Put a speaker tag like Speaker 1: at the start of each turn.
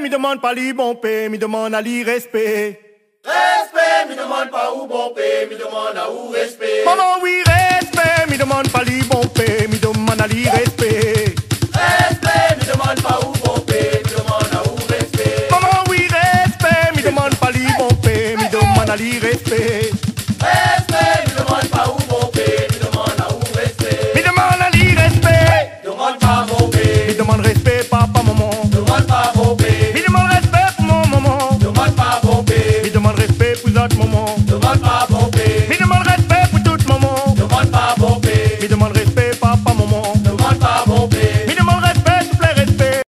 Speaker 1: me demande pas lui bon pé, me demande à lui respect.
Speaker 2: Respect, me demande pas où bon pé, me demande à où respect.
Speaker 1: Maman oui respect, me demande pas lui bon pé, me demande à lui respect.
Speaker 2: Respect, me demande pas où bon pé, me demande à où respect.
Speaker 1: Maman oui respect, me demande pas lui bon pé, me demande à lui respect.
Speaker 2: Respect, me demande pas où bon pé, me demande à où respect.
Speaker 1: Me demande à lui respect,
Speaker 2: Demande pas bon
Speaker 1: me
Speaker 2: pé,
Speaker 1: demande respect papa maman.
Speaker 2: demande pas bon pé,
Speaker 1: Me demande respect pour mon maman,
Speaker 2: demande pas bon pé,
Speaker 1: me demande respect pour notre maman.